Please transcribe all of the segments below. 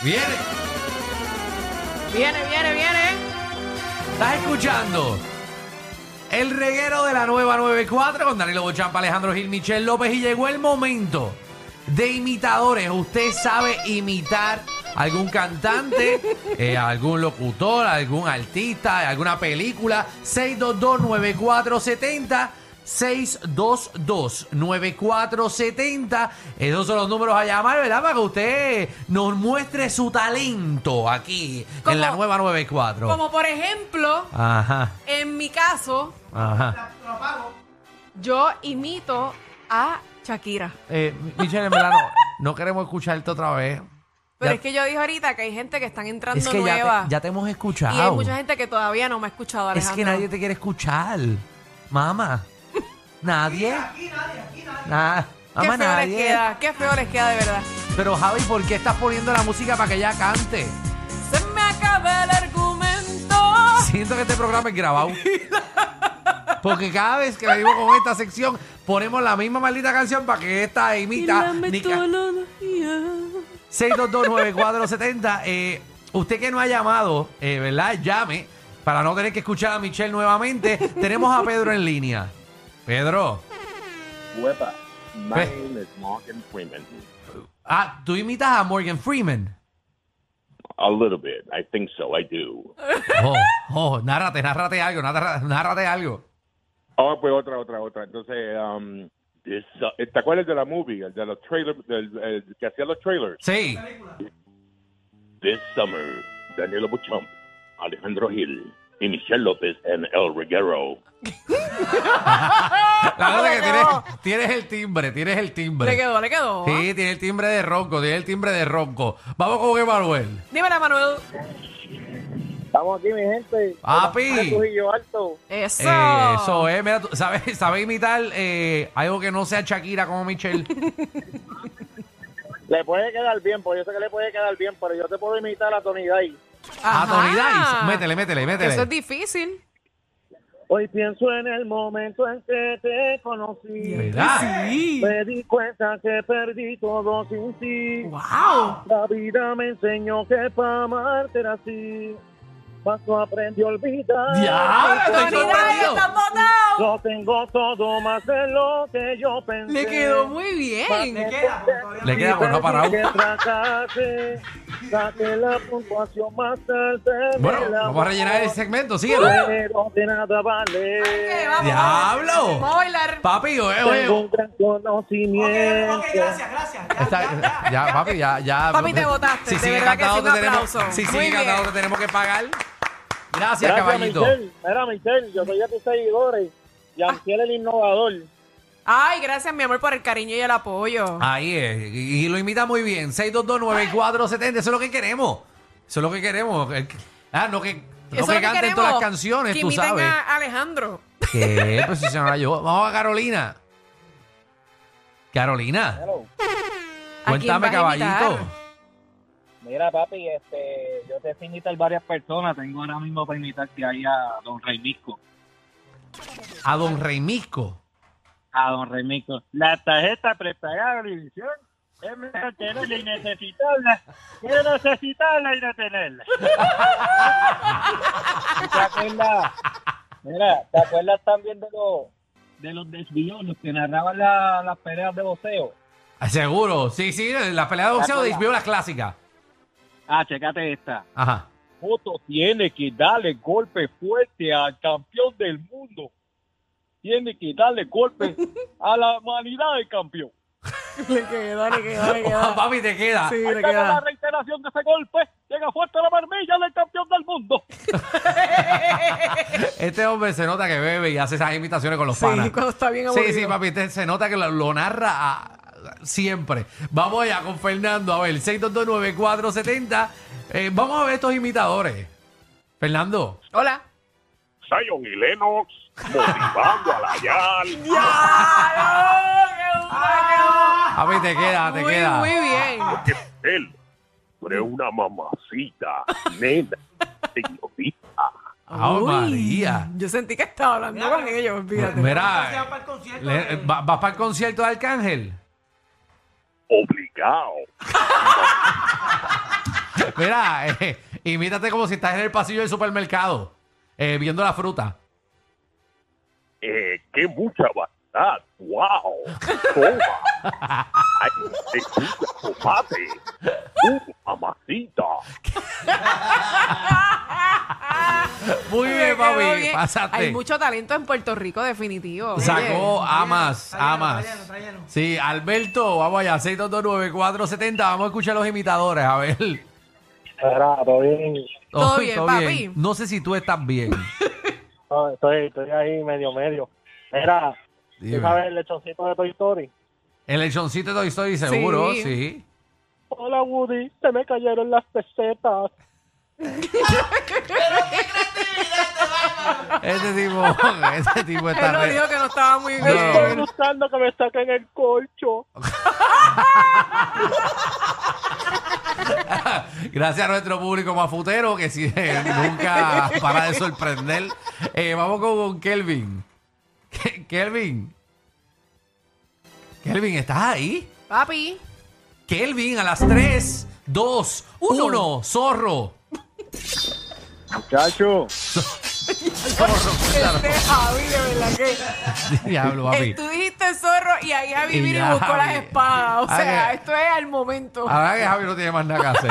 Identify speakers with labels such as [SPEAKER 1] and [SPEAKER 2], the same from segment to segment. [SPEAKER 1] Viene,
[SPEAKER 2] Viene, viene, viene.
[SPEAKER 1] estás escuchando el reguero de la nueva 94 con Danilo Bochampa, Alejandro Gil, Michel López y llegó el momento de imitadores. Usted sabe imitar a algún cantante, eh, a algún locutor, a algún artista, a alguna película. 622-9470. 622-9470. Esos son los números a llamar, ¿verdad? Para que usted nos muestre su talento aquí en la
[SPEAKER 2] Como-
[SPEAKER 1] nueva 94.
[SPEAKER 2] Como por ejemplo,
[SPEAKER 1] Ajá,
[SPEAKER 2] en mi caso,
[SPEAKER 1] ajá.
[SPEAKER 2] yo imito a Shakira.
[SPEAKER 1] Eh, Michelle, en verdad no, no queremos escucharte otra vez.
[SPEAKER 2] Pero
[SPEAKER 1] Ya-
[SPEAKER 2] es que yo dije ahorita que hay gente que están entrando
[SPEAKER 1] es que ya
[SPEAKER 2] nueva.
[SPEAKER 1] te, ya te hemos escuchado.
[SPEAKER 2] y hay mucha gente que todavía no me ha escuchado,
[SPEAKER 1] es
[SPEAKER 2] Alejandro.
[SPEAKER 1] que nadie te quiere escuchar. Mamá. Nadie. Aquí, nadie, aquí nadie.
[SPEAKER 2] Qué
[SPEAKER 1] Mamá,
[SPEAKER 2] feo
[SPEAKER 1] nadie.
[SPEAKER 2] les queda, qué feo les queda de verdad.
[SPEAKER 1] Pero Javi, ¿por qué estás poniendo la música para que ella cante?
[SPEAKER 2] Se me acaba el argumento.
[SPEAKER 1] Siento que este programa es grabado. Porque cada vez que venimos con esta sección, ponemos la misma maldita canción para que esta imita. ni ca- 6229470. Eh, usted que no ha llamado, eh, ¿verdad? Llame para no tener que escuchar a Michelle nuevamente. Tenemos a Pedro en línea. Pedro.
[SPEAKER 3] Wepa, my
[SPEAKER 1] Pues-
[SPEAKER 3] name is Morgan Freeman.
[SPEAKER 1] Ah, tú imitas a Morgan Freeman.
[SPEAKER 3] A little bit. I think so. I do.
[SPEAKER 1] Oh, oh, nárrate, nárrate algo, nárrate, nárrate algo.
[SPEAKER 3] Oh, pues otra, otra, otra. Entonces, um, this, uh, ¿te acuerdas de la movie? El de los trailers, del el que hacía los trailers.
[SPEAKER 1] Sí.
[SPEAKER 3] This summer, Danilo Buchamp, Alejandro Gil y Michelle López en El Reguero.
[SPEAKER 1] La cosa es que tienes,
[SPEAKER 2] No.
[SPEAKER 1] tienes el timbre, tienes el timbre.
[SPEAKER 2] Le quedó, le quedó.
[SPEAKER 1] Sí, tiene el timbre de ronco, tiene el timbre de ronco. Vamos con Emanuel.
[SPEAKER 2] Dímela, Manuel.
[SPEAKER 4] Estamos aquí, mi gente.
[SPEAKER 1] Papi.
[SPEAKER 4] De Trujillo Alto.
[SPEAKER 2] Eso.
[SPEAKER 1] Eh, eso es, mira, tú sabes, sabes imitar eh, algo que no sea Shakira como Michelle.
[SPEAKER 4] Le puede quedar bien, porque yo sé que le puede quedar bien, pero yo te puedo imitar a Tony Day.
[SPEAKER 1] A
[SPEAKER 2] Ajá.
[SPEAKER 1] Tony Dice. Métele, métele,
[SPEAKER 2] Que Eso
[SPEAKER 1] métele.
[SPEAKER 2] es difícil.
[SPEAKER 4] Hoy pienso en el momento en que te conocí.
[SPEAKER 1] ¿Verdad?
[SPEAKER 4] Me di cuenta que perdí todo sin ti.
[SPEAKER 2] Wow.
[SPEAKER 4] La vida me enseñó que para amarte era así. Más no aprendí a olvidar.
[SPEAKER 1] Ya, estoy
[SPEAKER 2] Tony Dice
[SPEAKER 1] sorprendido.
[SPEAKER 2] está botado.
[SPEAKER 4] Lo tengo todo más de lo que yo pensé.
[SPEAKER 2] Le quedó muy bien.
[SPEAKER 1] Le queda por no parado.
[SPEAKER 4] Que fracase, saqué la puntuación más tarde.
[SPEAKER 1] Bueno,
[SPEAKER 4] del
[SPEAKER 1] vamos a rellenar el
[SPEAKER 4] amor,
[SPEAKER 1] segmento, síguelo.
[SPEAKER 4] Pero de nada vale.
[SPEAKER 2] Ok, vamos,
[SPEAKER 1] ¡Diablo!
[SPEAKER 2] vamos. Vamos a bailar.
[SPEAKER 1] Papi, oye,
[SPEAKER 4] Tengo un
[SPEAKER 1] oye.
[SPEAKER 4] gran conocimiento.
[SPEAKER 1] Está- ya, papi, ya, ya.
[SPEAKER 2] Papi, te botaste, de verdad que sí, un
[SPEAKER 1] tenemos,
[SPEAKER 2] aplauso.
[SPEAKER 1] si
[SPEAKER 2] Muy
[SPEAKER 1] sigue
[SPEAKER 2] bien.
[SPEAKER 1] cantando, te tenemos que pagar. Gracias,
[SPEAKER 4] Gracias,
[SPEAKER 1] caballito.
[SPEAKER 4] Michelle. Mira, Michelle, yo soy de tus seguidores. Y Antiel el innovador.
[SPEAKER 2] Ay, gracias, mi amor, por el cariño y el apoyo.
[SPEAKER 1] Ahí es, y, y lo imita muy bien. 6229470, eso es lo que queremos. Eso es lo que queremos. El- Ah, no que, no
[SPEAKER 2] Eso
[SPEAKER 1] que
[SPEAKER 2] es lo
[SPEAKER 1] canten
[SPEAKER 2] queremos,
[SPEAKER 1] todas las canciones,
[SPEAKER 2] que
[SPEAKER 1] tú
[SPEAKER 2] imiten
[SPEAKER 1] sabes.
[SPEAKER 2] a Alejandro.
[SPEAKER 1] ¿Qué? Pues si se nos la llevó. Vamos a Carolina. Carolina,
[SPEAKER 2] ¿A quién
[SPEAKER 1] cuéntame,
[SPEAKER 2] vas a imitar?
[SPEAKER 1] caballito.
[SPEAKER 4] Mira, papi, este, yo te sé imitar varias personas. Tengo ahora mismo para imitar que hay a Don Rey Misco.
[SPEAKER 1] A don Reymisco.
[SPEAKER 4] a Ah, don Remico. La tarjeta prepagada de división es mejor tenerla y necesitarla que necesitarla y no tenerla. ¿Te acuerdas? Mira, ¿te acuerdas también de los de los desvíos, los que narraban la- las peleas de boxeo?
[SPEAKER 1] Ah, Seguro, sí, sí, la pelea de boxeo de HBO, las clásicas.
[SPEAKER 4] Ah, checate esta.
[SPEAKER 1] Ajá.
[SPEAKER 4] Foto tiene que darle golpe fuerte al campeón del mundo. Tiene que darle golpe a la humanidad del campeón.
[SPEAKER 5] Le quedó, le quedó, le
[SPEAKER 1] Oh,
[SPEAKER 5] quedó.
[SPEAKER 1] papi, te queda.
[SPEAKER 5] Sí,
[SPEAKER 4] Ahí
[SPEAKER 5] le
[SPEAKER 4] está con la
[SPEAKER 5] quedó.
[SPEAKER 4] reiteración de ese golpe. Llega fuerte la marmilla del campeón del mundo.
[SPEAKER 1] Este hombre se nota que bebe y hace esas imitaciones con los
[SPEAKER 5] Sí,
[SPEAKER 1] panas.
[SPEAKER 5] cuando está bien
[SPEAKER 1] Sí, sí,
[SPEAKER 5] aburrido.
[SPEAKER 1] papi, este se nota que lo, lo narra a- siempre. Vamos allá con Fernando, a ver, 6229470. Eh, vamos a ver estos imitadores. Fernando.
[SPEAKER 2] Hola.
[SPEAKER 3] Zion y Lennox motivando a la Yal.
[SPEAKER 1] Papi, te queda, Ah, te
[SPEAKER 2] Muy,
[SPEAKER 1] queda.
[SPEAKER 2] muy bien.
[SPEAKER 3] Él, tú eres una mamacita, nena, señorita.
[SPEAKER 1] Ah,
[SPEAKER 5] Uy,
[SPEAKER 1] María.
[SPEAKER 5] Yo sentí que estaba hablando con ellos, olvídate.
[SPEAKER 1] Mira,
[SPEAKER 6] Para el concierto. eh.
[SPEAKER 1] le- eh,
[SPEAKER 6] de-
[SPEAKER 1] va- ¿vas para el concierto de Arcángel?
[SPEAKER 3] obligado.
[SPEAKER 1] Mira, eh, imítate como si estás en el pasillo del supermercado, eh, viendo la fruta.
[SPEAKER 3] Eh, qué mucha bondad. Wow. Toma. Ay, te gusta tomate. Uh, mamacita.
[SPEAKER 1] Muy
[SPEAKER 2] Me
[SPEAKER 1] bien,
[SPEAKER 2] quedó
[SPEAKER 1] papi.
[SPEAKER 2] bien.
[SPEAKER 1] Pasaste.
[SPEAKER 2] Hay mucho talento en Puerto Rico, definitivo. Oye,
[SPEAKER 1] Sacó amas,
[SPEAKER 6] está lleno,
[SPEAKER 1] amas.
[SPEAKER 6] está lleno, está lleno.
[SPEAKER 1] Sí, Alberto, vamos allá, 6229470. Vamos a escuchar a los imitadores, a ver.
[SPEAKER 4] Espera, todo bien.
[SPEAKER 2] Todo
[SPEAKER 1] Oye,
[SPEAKER 2] bien, papi.
[SPEAKER 1] No sé si tú estás bien.
[SPEAKER 7] Ah,
[SPEAKER 4] No, estoy, estoy ahí medio medio. Mira,
[SPEAKER 1] Dime.
[SPEAKER 4] el lechoncito de Toy Story?
[SPEAKER 1] El lechoncito de Toy Story, seguro, sí.
[SPEAKER 2] Sí.
[SPEAKER 4] Hola Woody, se me cayeron las pesetas.
[SPEAKER 1] Este tipo, este tipo
[SPEAKER 2] Él
[SPEAKER 1] está
[SPEAKER 2] no
[SPEAKER 1] re-
[SPEAKER 2] dijo que no estaba muy bien. Este,
[SPEAKER 1] No.
[SPEAKER 4] buscando que me saquen el colcho.
[SPEAKER 1] Gracias a nuestro público mafutero que sí, eh, nunca para de sorprender. Eh, vamos con Kelvin. Ke- Kelvin. Kelvin, ¿estás ahí?
[SPEAKER 2] Papi.
[SPEAKER 1] Kelvin, a las 3, 2, 1, zorro.
[SPEAKER 4] Muchacho,
[SPEAKER 2] Este Javi, de verdad que.
[SPEAKER 1] Diablo, papi.
[SPEAKER 2] Eh, tú dijiste zorro y ahí Javi
[SPEAKER 1] Y
[SPEAKER 2] vino
[SPEAKER 1] ya,
[SPEAKER 2] y buscó las
[SPEAKER 1] Javi.
[SPEAKER 2] espadas. O
[SPEAKER 1] Ah,
[SPEAKER 2] sea,
[SPEAKER 1] que-
[SPEAKER 2] esto es al momento.
[SPEAKER 1] Ahora que Javi no tiene más nada que hacer.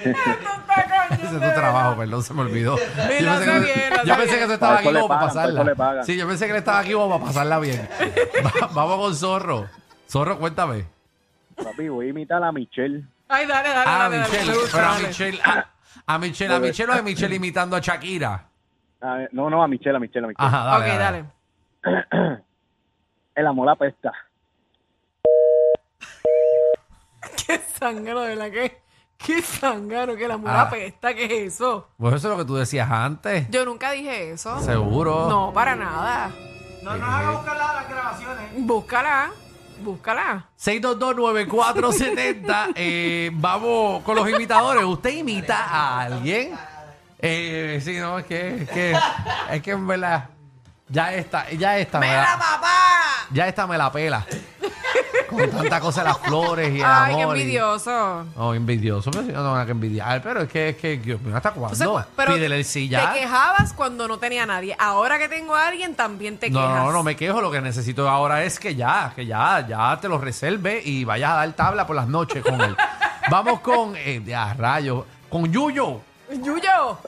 [SPEAKER 2] Esto está cañón,
[SPEAKER 1] Ese
[SPEAKER 2] de
[SPEAKER 1] es tu
[SPEAKER 2] verdad.
[SPEAKER 1] trabajo, perdón, se me olvidó. Yo
[SPEAKER 2] lo
[SPEAKER 1] pensé
[SPEAKER 2] hace
[SPEAKER 1] que,
[SPEAKER 2] bien, lo
[SPEAKER 1] yo
[SPEAKER 2] hace
[SPEAKER 1] pensé
[SPEAKER 2] bien.
[SPEAKER 1] que tú estabas
[SPEAKER 4] Por
[SPEAKER 1] aquí como
[SPEAKER 4] eso
[SPEAKER 1] para
[SPEAKER 4] le pagan, por eso le
[SPEAKER 1] pasarla.
[SPEAKER 4] pagan.
[SPEAKER 1] Sí, yo pensé que él estaba aquí como para pasarla bien. Va- vamos con Zorro. Zorro, cuéntame.
[SPEAKER 4] papi, voy a imitar a Michelle.
[SPEAKER 2] Ay, dale, dale,
[SPEAKER 1] Ah,
[SPEAKER 2] dale, dale.
[SPEAKER 1] Michelle.
[SPEAKER 2] Me gusta,
[SPEAKER 1] Pero a
[SPEAKER 2] dale.
[SPEAKER 1] Michelle. A, a Michelle, a Michelle o a Michelle imitando a Shakira.
[SPEAKER 4] A ver, no, no, a Michelle, a Michelle, a Michelle.
[SPEAKER 1] Ajá, dale.
[SPEAKER 2] ok, dale.
[SPEAKER 4] El amor apesta.
[SPEAKER 2] Qué zángano, de verdad que. Qué zángano, que la mujer
[SPEAKER 1] Ah.
[SPEAKER 2] apesta, ¿qué es eso?
[SPEAKER 1] Pues eso es lo que tú decías antes.
[SPEAKER 2] Yo nunca dije eso.
[SPEAKER 1] Seguro.
[SPEAKER 2] No, para nada.
[SPEAKER 6] No nos haga buscar la- las grabaciones.
[SPEAKER 2] Búscala. Búscala.
[SPEAKER 1] 6229470. eh, vamos con los imitadores. ¿Usted imita a alguien? Eh, sí, no, es que, es que, es que en verdad, ya esta, ya esta me la, ya esta me la pela. Con tanta cosa de las flores y el
[SPEAKER 2] Ay, qué
[SPEAKER 1] amor y-
[SPEAKER 2] envidioso.
[SPEAKER 1] No, envidioso, pero si no tengo nada que envidiar, pero es que, es que, Dios mío, ¿hasta
[SPEAKER 2] Entonces,
[SPEAKER 1] cuándo?
[SPEAKER 2] pero
[SPEAKER 1] Pídele el sillar.
[SPEAKER 2] Te quejabas cuando no tenía a nadie. Ahora que tengo a alguien, también te
[SPEAKER 1] No,
[SPEAKER 2] quejas.
[SPEAKER 1] no, no me quejo. Lo que necesito ahora es que ya, que ya, ya te lo reserve y vayas a dar tabla por las noches con él. Vamos con, eh, a rayos, con Yuyo.
[SPEAKER 2] Yuyo.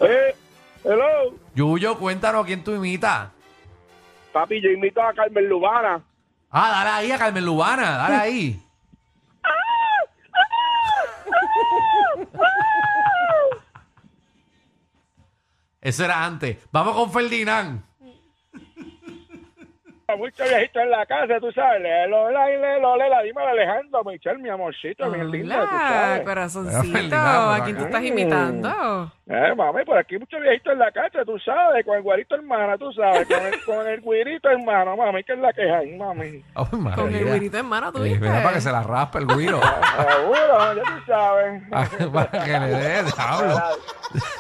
[SPEAKER 4] hello,
[SPEAKER 1] Yuyo, cuéntanos quién tú imitas.
[SPEAKER 4] papi, yo imito a Carmen Lubana.
[SPEAKER 1] Ah, dale ahí a Carmen Lubana, dale ahí. Eso era antes. Vamos con Ferdinand.
[SPEAKER 4] Mucho viejito en la casa, tú sabes. Le, lo, la, le, lo, le, la, dime a Alejandro, Michelle, mi amorcito, mi linda, tú
[SPEAKER 2] Hola,
[SPEAKER 4] sabes.
[SPEAKER 2] corazoncito.
[SPEAKER 1] Fernando,
[SPEAKER 2] ¿A quién tú estás
[SPEAKER 4] acá.
[SPEAKER 2] imitando?
[SPEAKER 4] Eh, mami, por aquí mucho viejito en la casa, tú sabes, con el guarito hermana, tú sabes, con el, con el guirito hermano, mami, que es la queja, mami.
[SPEAKER 1] Ay, madre
[SPEAKER 2] Con el
[SPEAKER 1] mía.
[SPEAKER 2] güirito en mano, ¿tú
[SPEAKER 1] Eh,
[SPEAKER 2] viste?
[SPEAKER 1] mira, para que se la raspe el güiro.
[SPEAKER 4] Seguro, ya tú sabes.
[SPEAKER 1] para que le dé, diablo.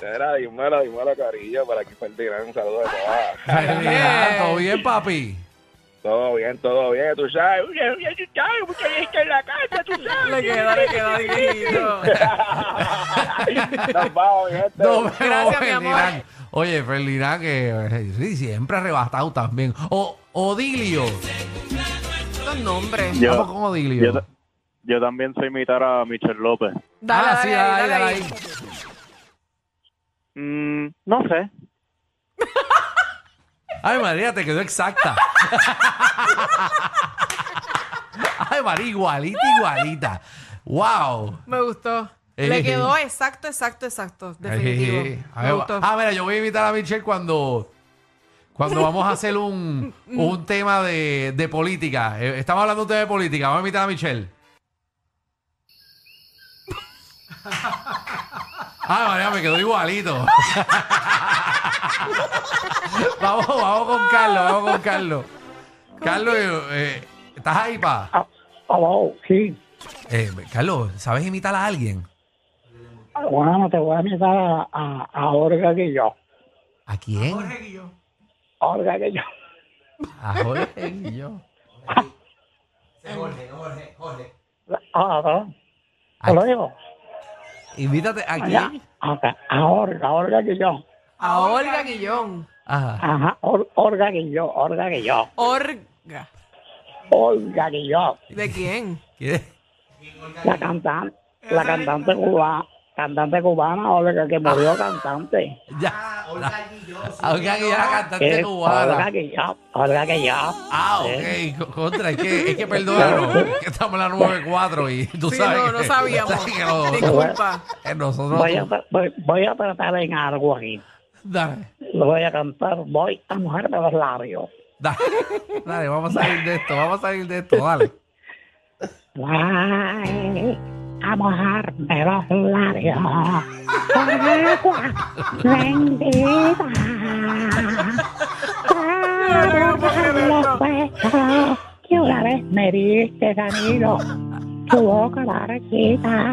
[SPEAKER 4] Era Dimela, Dimela Carilla, para aquí perdirán un saludo de todas.
[SPEAKER 1] Ferdinand, ¿todo bien, papi?
[SPEAKER 4] Todo bien, todo bien, tú sabes. Oye, oye, tú sabes, mucha gente en la casa, tú sabes.
[SPEAKER 2] Le quedó, le quedó dirigido.
[SPEAKER 1] Ah,
[SPEAKER 4] Nos vamos, mi gente.
[SPEAKER 1] No, pero
[SPEAKER 2] Gracias, mi amor.
[SPEAKER 1] Ferdinand. Oye, Ferdinand, que eh, sí, siempre arrebatado también. O Odilio.
[SPEAKER 2] Los nombres.
[SPEAKER 8] Yo-
[SPEAKER 1] Vamos con Odilio.
[SPEAKER 8] yo ta- Yo también sé imitar a Michelle López.
[SPEAKER 2] Dale,
[SPEAKER 1] ah,
[SPEAKER 2] dale,
[SPEAKER 1] sí,
[SPEAKER 2] ahí,
[SPEAKER 1] dale,
[SPEAKER 2] dale
[SPEAKER 1] dale,
[SPEAKER 2] ahí.
[SPEAKER 1] dale.
[SPEAKER 8] Mm, no sé.
[SPEAKER 1] Ay, María, te quedó exacta. Ay, María, igualita, igualita. ¡Wow!
[SPEAKER 2] Me gustó.
[SPEAKER 1] Eh.
[SPEAKER 2] Le quedó exacto, exacto, exacto.
[SPEAKER 1] Eh,
[SPEAKER 2] Definitivo.
[SPEAKER 1] a
[SPEAKER 2] Me
[SPEAKER 1] ver,
[SPEAKER 2] gustó.
[SPEAKER 1] ah, mira, yo voy a invitar a Michelle cuando, cuando vamos a hacer un, un tema de, de política. Eh, estamos hablando de un tema de política. Vamos a invitar a Michelle. Ah, María, me quedó igualito. vamos, vamos con Carlos, vamos con Carlos. Carlos, eh, ¿estás ahí, pa?
[SPEAKER 7] Aló, Ah, sí.
[SPEAKER 1] Eh, Carlos, ¿sabes imitar a alguien?
[SPEAKER 7] Bueno, te voy a invitar a, a, a Olga Guilló.
[SPEAKER 1] ¿A quién?
[SPEAKER 6] Jorge Guilló.
[SPEAKER 7] Olga Guilló.
[SPEAKER 1] A Jorge y yo.
[SPEAKER 6] Ese Jorge, no Jorge, Jorge.
[SPEAKER 7] Ah, ¿no? ¿Te lo digo?
[SPEAKER 1] Invítate
[SPEAKER 7] Ya.
[SPEAKER 1] aquí.
[SPEAKER 7] Acá, A Olga, Olga Guilló.
[SPEAKER 2] A Olga Guillón.
[SPEAKER 1] Ajá.
[SPEAKER 7] Ajá, Or- Olga Guilló, Olga Guilló.
[SPEAKER 2] Orga.
[SPEAKER 7] Olga Guilló.
[SPEAKER 2] ¿De quién?
[SPEAKER 1] ¿Quieres?
[SPEAKER 7] La cantante, la cantante cubana. Cantante cubana, Olga, que murió cantante.
[SPEAKER 1] Ya. Ah,
[SPEAKER 6] Jorge Guilló. sí.
[SPEAKER 1] Aunque yo era cantante
[SPEAKER 7] Es Olga
[SPEAKER 1] cubana.
[SPEAKER 7] Guilló, Olga Guilló.
[SPEAKER 1] Ah,
[SPEAKER 7] Sí.
[SPEAKER 1] ok. co- Contra, es que, es que perdónanos. es que estamos en la 94 y tú
[SPEAKER 2] Sí,
[SPEAKER 1] sabes.
[SPEAKER 2] no, no
[SPEAKER 1] que-
[SPEAKER 2] sabíamos.
[SPEAKER 1] sabes que no-
[SPEAKER 2] Disculpa.
[SPEAKER 1] eh, nosotros.
[SPEAKER 7] Voy a, tra- voy, voy a tratar en algo aquí.
[SPEAKER 1] Dale,
[SPEAKER 7] Lo voy a cantar, voy a mojarme los labios.
[SPEAKER 1] dale, dale, vamos a salir de esto, vamos a salir de esto, dale.
[SPEAKER 7] Ay, a mojarme los labios con agua bendita. Para mojar los besos que una vez me diste, Danilo, tu boca larguita.